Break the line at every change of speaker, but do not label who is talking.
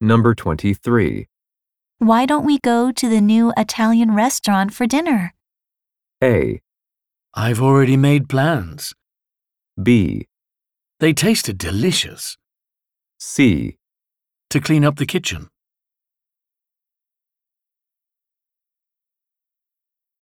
Number 23.
Why don't we go to the new Italian restaurant for dinner?
A.
I've already made plans.
B.
They tasted delicious.
C.
To clean up the kitchen.